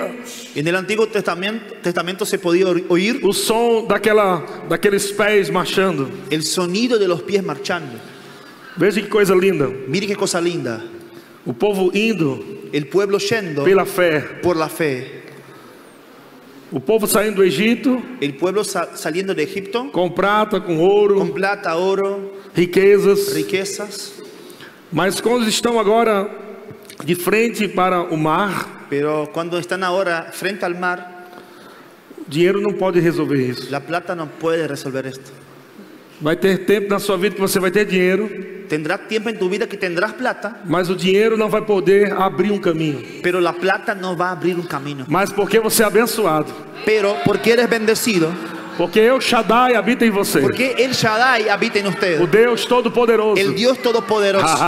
En el Antiguo Testamento, Testamento se podía or- oír o som daquela, daqueles pés marchando. el sonido de los pies marchando. Veja que coisa linda. Mire qué cosa linda. O povo indo El pueblo yendo pela fé. por la fe. O povo saindo do Egito El pueblo sa- saliendo de Egipto com prata, com ouro, con plata, oro, riquezas. riquezas. Mas quando estão agora de frente para o mar, Pero cuando están ahora frente al mar, dinheiro não pode resolver isso. la plata no puede resolver esto. Vai ter tempo na sua vida que você vai ter dinheiro, Tendrás tiempo en tu vida que tendrás plata, mas o dinheiro não vai poder abrir um caminho. pero la plata no va a abrir un camino. Mas porque você é abençoado. Pero porque eres bendecido, Porque eu, Shaddai, habita em você. porque el Shaddai habita en O usted, Deus Todo-Poderoso. el Dios Todopoderoso. assim.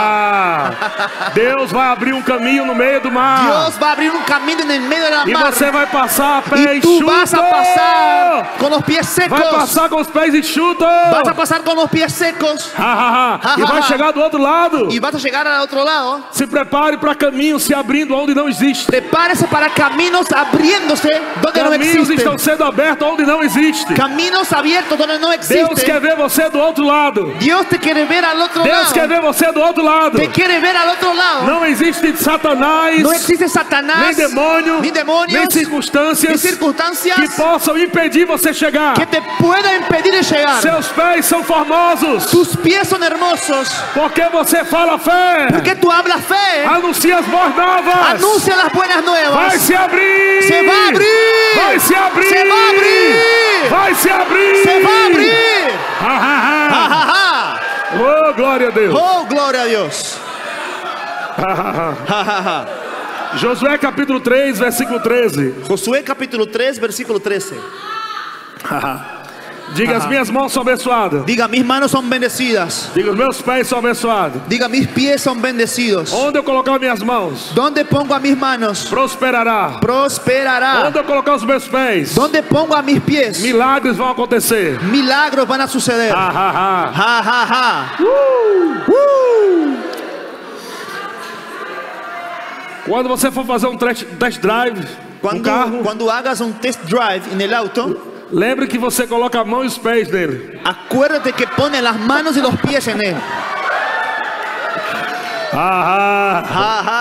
Ah, Deus vai abrir um caminho no meio do mar. Dios va a abrir un camino en el medio de la E mar. você vai passar a pé Y tú vas a pasar enxuto. con los pies Vai secos. passar com os pés enxutos. Vas a pasar con los pies secos Ah, ah, ah. E vai chegar do outro lado. y vas a llegar al otro lado. Se prepare para caminhos se abrindo onde não existe. Prepárese para caminos abriéndose donde no Caminhos existen. estão sendo abertos onde não existe. Caminos abiertos donde no Deus quer existen. ver você do outro lado. Dios te quiere ver al otro Deus quer lado. ver você do outro lado. Te quiere ver al otro lado. Não existe Satanás, No existe nem Satanás, demônio, ni demonios, nem ni circunstâncias que circunstancias possam impedir você chegar. que te puedan impedir de llegar. Seus pés são formosos, Tus pies son hermosos porque você fala fé, porque tú hablas fe. anuncia as boas novas, Anuncia las buenas vai nuevas. se abrir, Se vai abrir, vai se abrir, se vai abrir, vai se abrir, Se va a abrir. Ha, ha, ha. Ja, ja, ja. Oh, glória a Deus. Oh, gloria a Dios. Ha, ha, ha. Ja, ja, ja. Josué capítulo 3, versículo 13. Josué capítulo 3, versículo 13. Diga: as minhas mãos são abençoadas, Diga, mis manos son bendecidas. diga, os meus pés são abençoados. Diga, mis pies son bendecidos. Onde eu colocar minhas mãos, Donde pongo a mis manos? prosperará. Prosperará. Onde eu colocar os meus pés, Donde pongo a mis pies? milagres vão acontecer. Milagros van a suceder. Ha, ha, ha. Ja, ja, ja. Quando você for fazer um test, test drive no Cuando, carro, cuando hagas un test drive en el auto, lembre que você coloca a mão e os pés nele. acuérdate que pone las manos y los pies en él. Ha, ha, Ja, ja.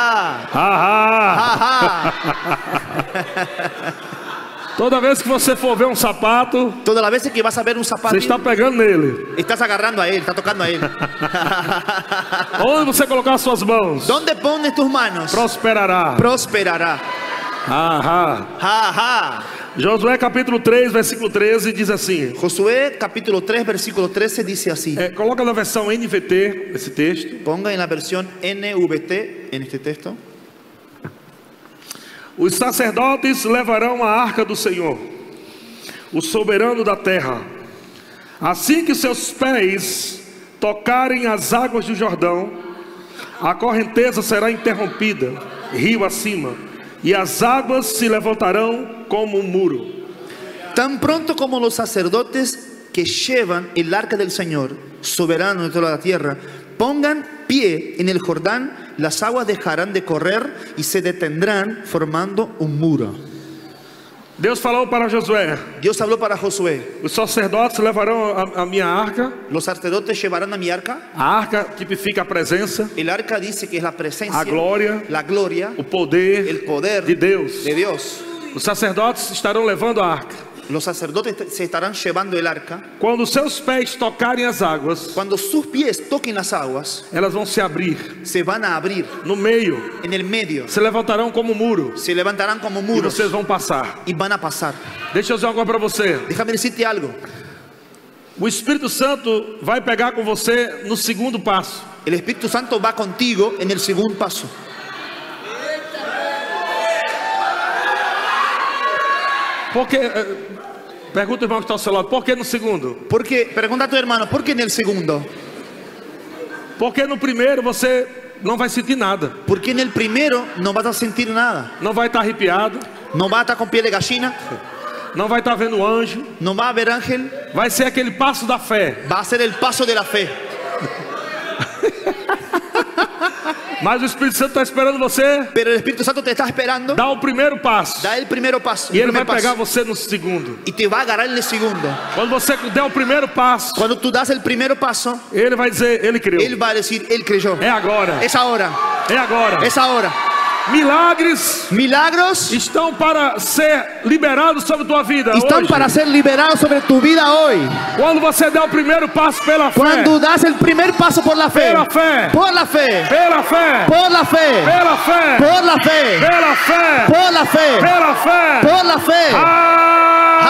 ha, ha. Ja, ja. Toda vez que você for ver um sapato, Todas las veces que vas a ver un você zapato, está pegando nele. estás agarrando a él, estás tocando a él. Onde você colocar as suas mãos, ¿Dónde pones tus manos? prosperará. Prosperará. Ha, ha. Ja, ja. Josué capítulo 3, versículo 13 diz assim: Josué capítulo 3 versículo 13 dice así. é, coloca na versão NVT esse texto. Ponga en la versión NVT en este texto. Os sacerdotes levarão a arca do Senhor, o soberano da terra, Assim que seus pés tocarem as águas do Jordão, a correnteza será interrompida, rio acima, e as águas se levantarão como um muro. Tan pronto como los sacerdotes que llevan el arca del Señor, soberano de toda la tierra, pongan pie en el Jordán, las aguas dejarán de correr y se detendrán formando un muro. Deus falou para Josué: Dios habló para Josué, os sacerdotes levarão a, a minha arca, los sacerdotes llevarán a mi arca, a arca tipifica a presença, el arca dice que es la presencia, a gloria, la gloria, o poder, el poder de Deus. de Dios. Os sacerdotes estarão levando a arca. Los sacerdotes se estarán llevando el arca. Quando os seus pés tocarem as águas, Cuando sus pies toquen las aguas, elas vão se abrir se van a abrir no meio, en el medio, se levantarão como muro se levantarán como e muros vocês vão passar. y van a pasar. Deixa eu dizer uma coisa para você. Déjame decirte algo. O Espírito Santo vai pegar com você no segundo passo. El Espíritu Santo va contigo en el segundo paso. Porque eh, pergunta o irmão que está ao seu lado, por que no segundo? Porque, pregunta a tu hermano, ¿por qué en el segundo? Porque no primeiro você não vai sentir nada, Porque en el primero no vas a sentir nada. não vai estar arrepiado, No vas a estar con piel de gallina, não vai estar vendo anjo, no va a ver ángel. vai ser aquele passo da fé. Va a ser el paso de la fe. Mas o Espírito Santo está esperando você Pero el Espíritu Santo te está esperando. dar o primeiro passo. Da el primero paso. E ele vai primer pegar paso. você no segundo. Y te va a agarrar en el segundo. Quando você der o primeiro passo, Cuando tú das el primer paso, ele vai dizer, ele creu. Él va a decir, Él creyó. É agora, Es ahora, é agora. es ahora. Milagres Milagros estão para ser liberados sobre a tua vida están hoje. para ser liberados sobre tu vida hoy. Quando você der o primeiro passo pela fé, Cuando das el primer paso por la fe, Por la fe. por la fe, pela fé, por la fe, pela fé, por la fe, pela fé, por la fe, pela fé. por la fe. Ah!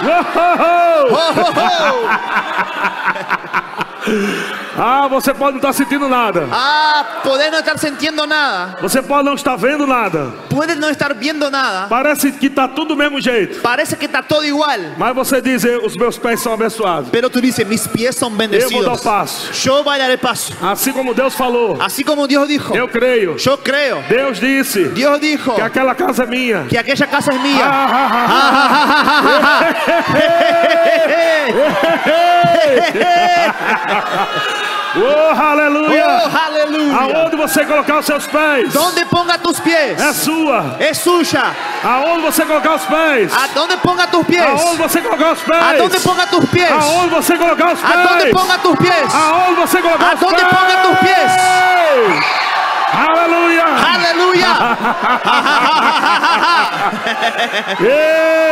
Ja, ja, ja, ja, Uou! ja. Oh, oh, oh. Ah, você pode não estar sentindo nada. Ah, poder no estar sintiendo nada, Você pode não estar vendo nada. puedes no estar viendo nada. Parece que está tudo do mesmo jeito. Parece que está todo igual, Mas você diz, "Eu- os meus pés são abençoados. pero tú dices, mis pies son Eu vou dar bendecidos. o passo. Yo voy a dar el paso. Así como Deus falou, Así como Dios dijo, eu creio. yo creo. Deus disse Dios dijo que aquela casa é minha. que aquella casa es mía. Ah, ah, ah, ah. Oh, aleluia! Oh, aleluya. Aonde você colocar os seus pés Donde ponga tus pies é sua. es suya. Aonde você colocar os pés? A donde ponga tus pies. Aonde você colocar os A donde pés? ponga tus pies. A Aonde você colocar os donde pés? ponga tus pies. Aonde você colocar os pés? Aonde ponga tus pés? Aleluia! Aleluya.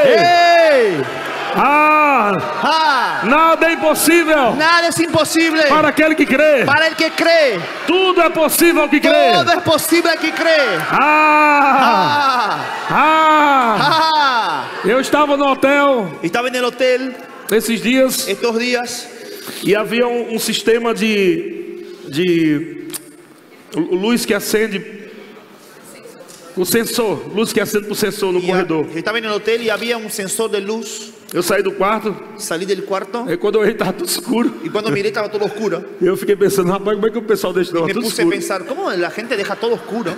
Ei! ¡Ey! Ah, Ah, nada é impossível Nada es imposible para aquele que crê. para el que cree. Tudo é possível ao que crê. Todo es posible al que cree. Ah! Ah, Ah! ah. Eu estava no hotel Estaba en el hotel esses dias estos días E havia um, um sistema de, de lu- luz que acende o sensor, luz que acende o sensor no y a- corredor. estaba en el hotel y había un sensor de luz. Eu saí do quarto, Salí del cuarto aí quando eu olhei estava tudo escuro. y cuando miré Eh. estaba todo oscuro. Eu fiquei pensando, rapaz, como é que o pessoal deixa não, Me tudo puse a escuro? pensar, ¿cómo la gente deja todo oscuro?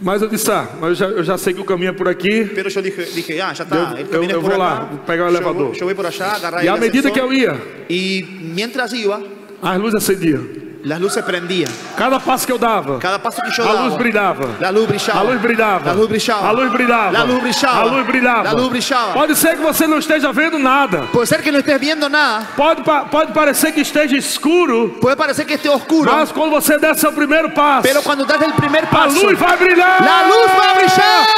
Mas eu disse, ah, mas eu já, eu já sei que o caminho é por aqui. Pero yo dije, dije ah, ya está, Yo- el camino yo- es por yo voy acá. lá, pega el yo, elevador. voy- yo voy por allá, agarrar E el à medida que eu ascensor. ia, Y mientras iba, as luzes acendiam. las luces prendían. Cada passo que eu dava, Cada paso que yo a daba, luz brilhava. la luz brillaba. A luz brilhava. La luz brillaba. A luz brilhava. La luz brillaba. A luz brilhava. La luz brillaba. Pode ser que você não esteja vendo nada. Puede ser que no estés viendo nada, Pode, pa- pode parecer que esteja escuro, puede parecer que esté oscuro, mas quando você der seu primeiro passo, pero cuando das el primer a paso, luz vai brilhar. la luz va a brillar.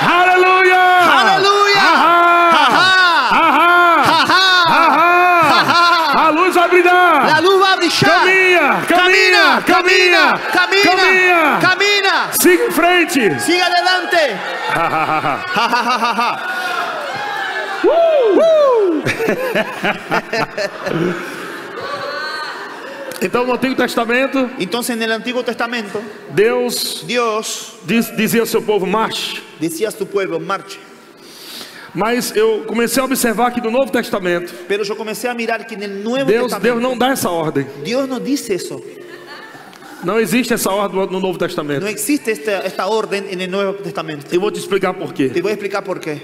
Aleluia! Aleluia! Ahá! Ahá! Ajá. Ahá! Ahá! A luz vai brilhar. La luz va a brillar. Caminha, caminha, caminha, camina, caminha. camina, camina. Siga em frente. Sigue adelante. Ah, Ja, ja, ja, ja, ja. Uh! Então, no Antigo Testamento, Entonces en el Antiguo Testamento, Deus Dios diz- dizia ao seu povo: marche. decía a su pueblo, marche. Mas eu comecei a observar que no Novo Testamento, Pero yo comencé a mirar que en el Nuevo Deus, Deus Testamento não dá essa ordem. Dios no dice eso. Não existe essa ordem no Novo Testamento. No existe esta, esta orden en el Nuevo Testamento. Eu vou te explicar por Te quê. voy a explicar por qué.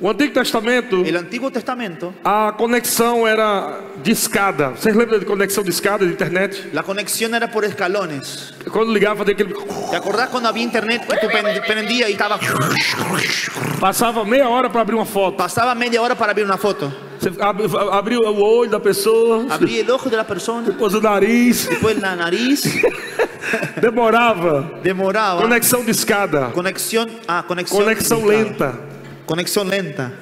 O Antigo Testamento, El Antiguo Testamento, a conexão era de escada. Vocês lembram de conexão de escada de internet? la conexión era por escalones. Quando ligava, fazia aquele. ¿Te acordás cuando había internet que tú pen- prendías y estaba... Passava meia hora para abrir uma foto. Pasaba media hora para abrir una foto. Você ab- abriu o olho da pessoa, Abrí el ojo de la persona, pôs o nariz, después la nariz, demorava. demoraba. Conexão de escada. Conexión, ah, conexión. Conexão claro. lenta. Conexión lenta.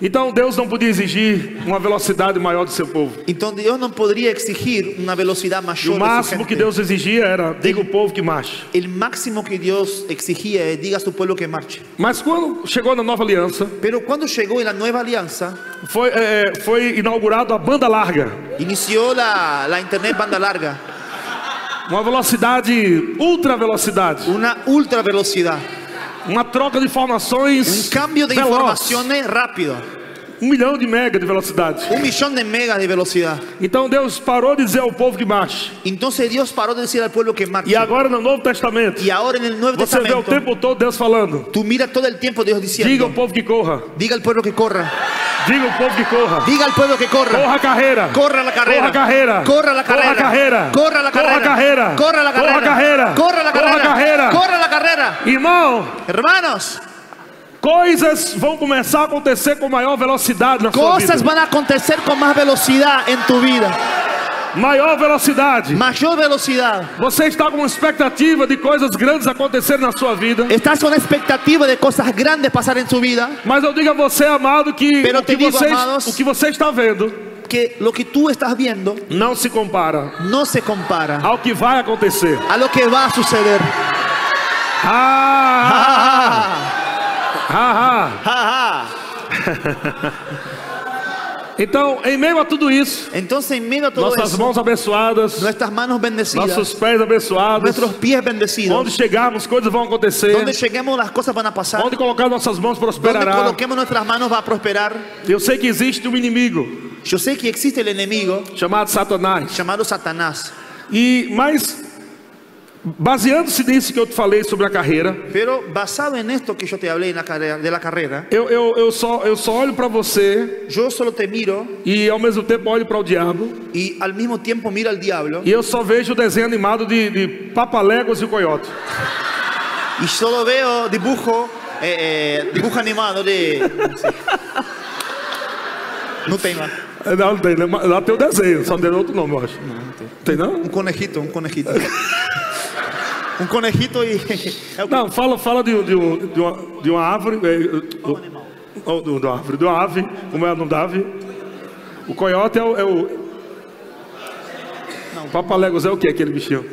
Então Deus não podia exigir uma velocidade maior do seu povo. Entonces Dios no podría exigir una velocidad E mayor. o de su máximo que gente. Deus exigia era: diga o povo que marche. El máximo que Dios exigía es diga a su pueblo que marche. Mas quando chegou na nova aliança, Pero cuando llegó en la nueva alianza, foi, é, é, foi inaugurado a banda larga. inició la, la internet banda larga, Uma velocidade, ultra velocidade. una ultra velocidad, Uma troca de un informações. cambio Um de veloz. informaciones rápido, Um milhão de mega de velocidade. un millón de megas de velocidad. Então Deus parou de dizer ao povo que marche. Entonces Dios paró de decir al pueblo que marche. E agora no Novo Testamento, Y ahora en el Nuevo você vê o Testamento, tempo todo Deus falando. tú miras todo el tiempo Dios Diga diciendo, ao povo que corra. diga al pueblo que corra, Diga ao povo que corra. diga al pueblo que corra. Corra a carreira. Corra la Corra carrera. a carreira. Corra Corra a la carreira. carrera. Corra la carrera. Corra a carreira. Corra la Corra a carreira. carrera. Corra la carrera. Irmão, Hermanos, coisas vão começar a acontecer com maior velocidade na sua cosas vida. van a acontecer con más velocidad en tu vida. Maior velocidade. Mayor velocidad. Você está com expectativa de coisas grandes acontecerem na sua vida. Estás con expectativa de cosas grandes pasar en tu vida. Mas eu digo a você, amado, que, Pero o que, te digo, você, amados- o que você está vendo Que lo que tú estás viendo não se compara no se compara ao que vai acontecer. a lo que va a suceder. Ah, Ah, ah, ah. ah, ah. Então, em meio a tudo isso, Entonces, en medio a todo nossas eso, mãos abençoadas, nuestras manos bendecidas, nossos pés abençoados, nuestros pies onde bendecidos, chegarmos, coisas vão acontecer. donde lleguemos las cosas van a pasar. Onde colocar nossas mãos Donde prosperará. coloquemos nuestras manos va a prosperar. Eu sei que existe um inimigo Yo sé que existe el enemigo chamado Satanás. llamado Satanás, E mas baseando-se nisso que eu te falei sobre a carreira, pero basado en esto que yo te hablé en la carrera- de la carrera, eu, eu, eu só eu só olho para você yo solo te miro e ao mesmo tempo olho para o diabo y al mismo tiempo miro al diablo e eu só vejo o desenho animado de, de Papaléguas e o Coiote. y solo veo dibujo, eh, eh, dibujo animado de... No tengo É, Não, não tem, né? Mas lá tem o desenho, só tem outro nome, eu acho. Tem não? un conejito, un conejito. Un conejito y... Não, fala, fala de, um- de, um- de uma, de uma árvore. é, do- ou oh, do- da árvore, de uma ave. Como é o nome da ave? O coiote é o. É o... Papaléguas é o que aquele bichinho?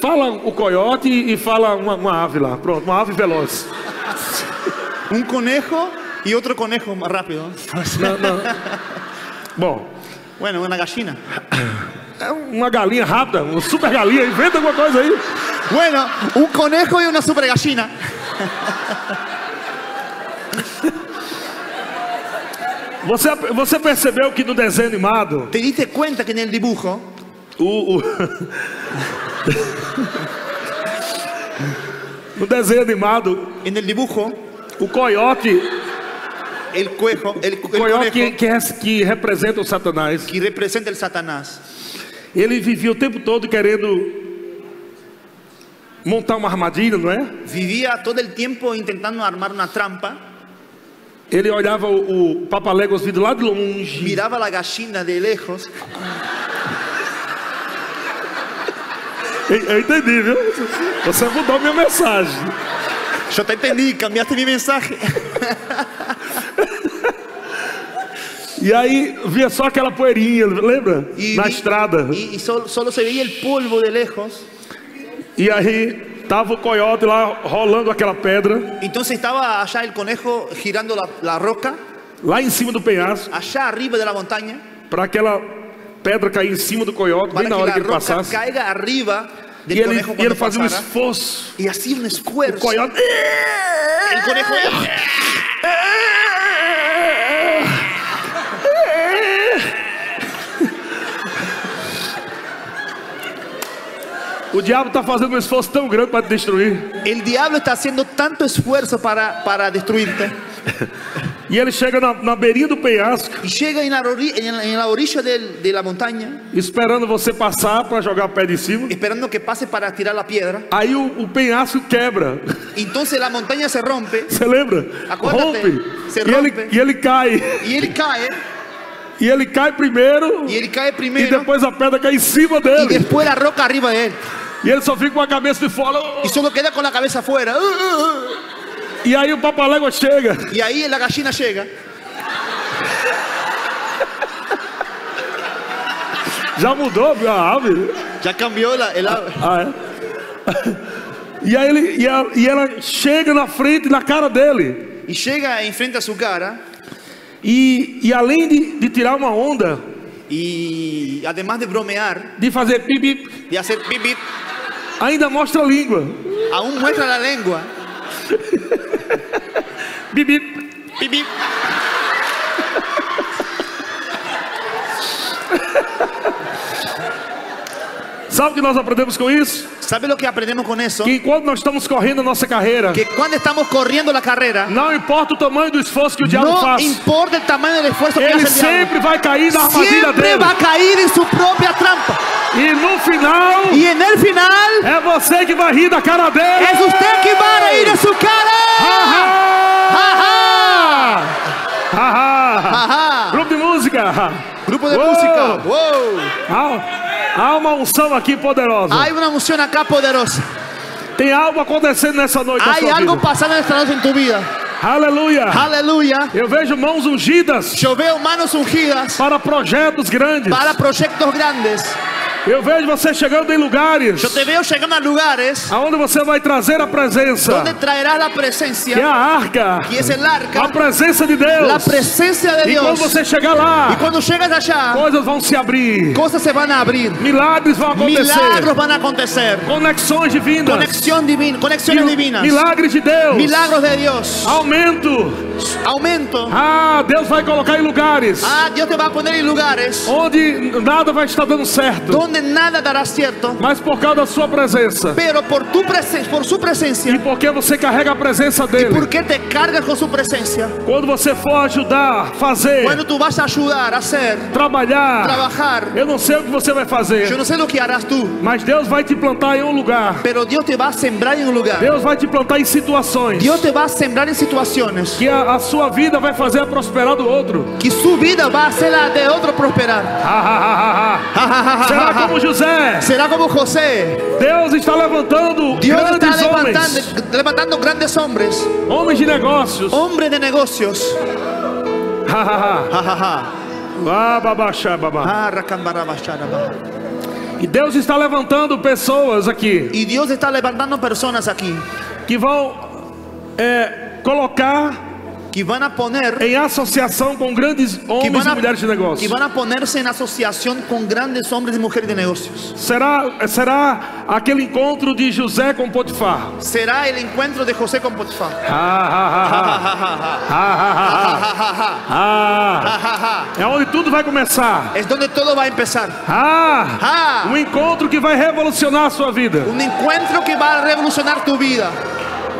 Fala o coiote e e fala uma, uma ave lá. Pronto, uma ave veloz. Un conejo y otro conejo más rápido. Não, não. Bom, Bueno, una gallina. é uma galinha rápida, uma super galinha. Inventa alguma coisa aí. Bueno, un conejo y una super gallina. Você, você percebeu que no desenho animado ¿Te diste cuenta que en el dibujo O, o- no desenho animado, En el dibujo, o coiote, el cuejo, el, el o coiote conejo que, que, que, res- que representa o Satanás, representa el Satanás, ele vivia o tempo todo querendo montar uma armadilha, não é? vivía todo el tiempo intentando armar una trampa, Ele olhava o, o Papaléguas vindo lá de longe, miraba a la gallina de lejos, eu, eu entendi, viu? Você mudou minha mensagem. yo te entendí, cambiaste mi mensaje, E aí via só aquela poeirinha, lembra? y, Na vi- estrada. y, y sol- solo se veía el polvo de lejos, E aí tava o coiote lá rolando aquela pedra. entonces estaba allá el conejo girando la, la roca, lá em cima do penhasco, allá arriba de la montaña, para aquela pedra cair em cima do coiote, bem na para que hora la que ele roca passasse. caiga arriba E del ele, conejo né? e ele cuando fazia um pasara, esforço. y hacía un O esfuerzo, coiote El conejo. O diabo está fazendo um esforço tão grande para te destruir. El diablo está haciendo tanto esfuerzo para, para destruirte. E ele chega na, na beirinha do penhasco, Y llega en la, ori- en la- en la orilla del- de la montaña, esperando você passar para jogar o pé de cima. esperando que pase para tirar la piedra. Aí o, o penhasco quebra. Entonces la montaña se rompe Você lembra? Acorda-te. Rompe. Você E ele, rompe. e ele cai. y él cae. E ele cai primeiro. Y él cae E primero. depois a pedra cai em cima Y dele. después la roca arriba de él. E ele só fica com a cabeça de fora. Y solo queda con la cabeza afuera. ¡Ah, ah, E aí o papalégua chega. ah! Y ahí la gallina llega. Já mudou viu, a ave? Ya cambió la, el ave. Ah, é. E aí ele, e, a- e ela chega na frente, na cara dele. Y llega enfrente a su cara. E, e além de, de tirar uma onda, Y además de bromear, de fazer pipi, de hacer bip bip, ainda mostra a língua. aún muestra la lengua. Pipi. Bip bip. Sabe o que nós aprendemos com isso? ¿Sabe lo que aprendemos con eso? Que enquanto nós estamos correndo a nossa carreira, Que cuando estamos corriendo la carrera, não importa o tamanho do esforço que o diabo no faz, importa el tamaño del esfuerzo que ele hace el diablo. sempre vai cair na armadilha Siempre dele. va a caer en su propia trampa. E no final, Y en el final, é você que vai rir da cara dele. es usted que va a reír en su cara. Ha, ha! Ha, ha! Ajá. Grupo de música. Grupo de Wow. música. Wow. Há, um, há uma unção aqui poderosa. Hay una unción acá poderosa. Tem algo acontecendo nessa noite. na Hay sua algo vida. pasando esta noche en tu vida. Aleluia. Aleluya. Eu vejo mãos ungidas Yo veo manos ungidas para projetos grandes. para proyectos grandes. Eu vejo você chegando em lugares Yo te veo llegando a lugares aonde você vai trazer a presença. donde traerás la Que é a presencia. arca. Y es el A arca. presença de Deus. La presencia de E quando Dios. você chegar lá, Y cuando llegas allá, coisas vão se abrir. cosas se van a abrir. Milagres vão acontecer. Milagros van a acontecer. Conexões divinas. Conexión divina, conexiones Mil- divinas. Milagres de Deus. Milagros de Dios. Aumento. Aumento. Ah, Deus vai colocar em lugares Ah, Dios te va a poner en lugares onde nada vai estar dando certo, donde nada dará cierto. mas por causa da sua presença. Pero por tu presen- por su E presencia, porque você carrega a presença dele. porque te cargas con su presencia. Quando você for ajudar, fazer, Cuando tú vas a ayudar a hacer, trabalhar, trabajar, eu não sei o que você vai yo fazer, no sé lo que harás tú, mas Deus vai te plantar em um lugar. pero Dios te va a sembrar en un lugar. Deus vai te plantar em situações Dios te va a sembrar en situaciones que a, a sua vida vai fazer prosperar do outro. que su vida va a ser la de otro prosperar. Ah, ah, ah, ah, Ja, ja, ja, ah. ja, Será ja, ja. como José. Será como José. Deus está levantando Dios está grandes levantando, homens, levantando grandes hombres, homens de negócios. hombres de negocios. Ha, ha, ha. Ja, ja, ja. Ah, babaxá, babá. Ah, rakambarabasharaba. E Deus está levantando pessoas aqui Y Dios está levantando personas aquí que vão é, colocar que van a poner em associação com grandes que homens van, e mulheres de a, que negócios. van a ponerse en asociación con grandes hombres y mujeres de negocios. Será, será aquele encontro de José com Potifar. Será el encuentro de José con Potifar. Ah, Ha, ha, ha, ha. Ha, ha, ha, ha. Ah, É onde tudo vai começar. Es donde todo va a empezar. Ah, Ah, um encontro que vai revolucionar a sua vida. un encuentro que va a revolucionar tu vida.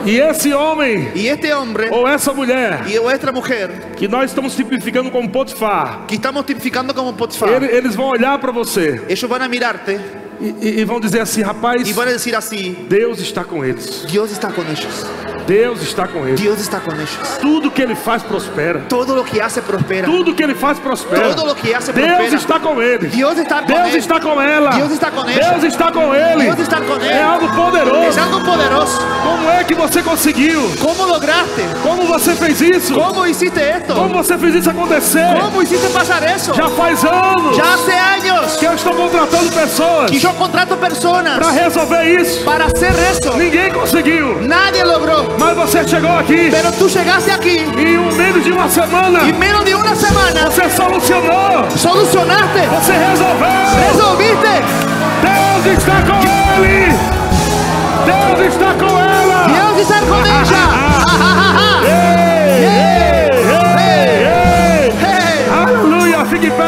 E esse homem Y este hombre ou essa mulher y esta mujer que nós estamos tipificando como Potifar, que estamos tipificando como ele- Potifar, eles vão olhar para você ellos van a mirarte e, e- e vão dizer assim, rapaz, y van a decir así, Deus está com eles. Dios está con ellos. Deus está com eles. Dios está con ellos. Tudo que ele faz prospera. Todo lo que hace prospera. Tudo que ele faz prospera. Todo lo que hace Deus prospera. está com ele. Dios está con Deus él. está com ela. Deus está com ele. Deus está com ele. Dios está con él. É algo Es poderoso. algo poderoso. Como é que você conseguiu? ¿Cómo lograste? Como você fez isso? ¿Cómo hiciste esto? Como você fez isso acontecer? ¿Cómo hiciste pasar eso? Já faz anos Ya hace años que eu estou contratando pessoas que yo contrato para personas resolver isso. para hacer eso. Ninguém conseguiu, Nadie logró. mas você chegou aqui Pero tú llegaste aquí e em um menos de uma semana y en menos de una semana você solucionou, solucionaste, você resolveu. resolviste. Deus está com ele, Deus está com ela. Ah, Dios está con ella. Ah,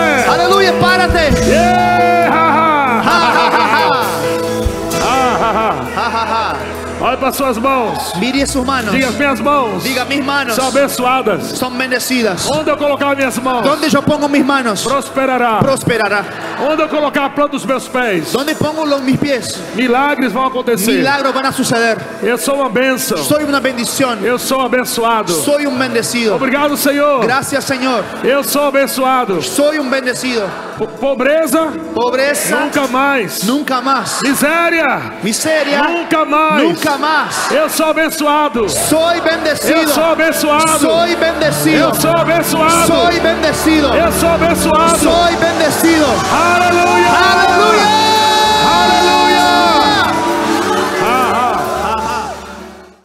Ah, para suas mãos. ah. Mire sus manos. Diga, minhas mãos Diga, mis manos são abençoadas. son bendecidas. Onde eu colocar minhas mãos, Donde yo pongo mis manos, prosperará. prosperará. Onde eu colocar a planta dos meus pés, Donde pongo los, mis pies, milagres vão acontecer. milagros van a suceder. Eu sou uma bênção. Soy una bendición. Eu sou abençoado. Soy un bendecido. Obrigado, Senhor. Gracias, Señor. Eu sou abençoado. Soy un bendecido. Po- Pobreza, Pobreza, nunca mais. nunca más. Miséria, Miseria, nunca mais. nunca más. Eu sou abençoado. Eu Soy sou bendecido. abençoado. Soy bendecido. Eu sou abençoado. Soy bendecido. Eu sou abençoado. Soy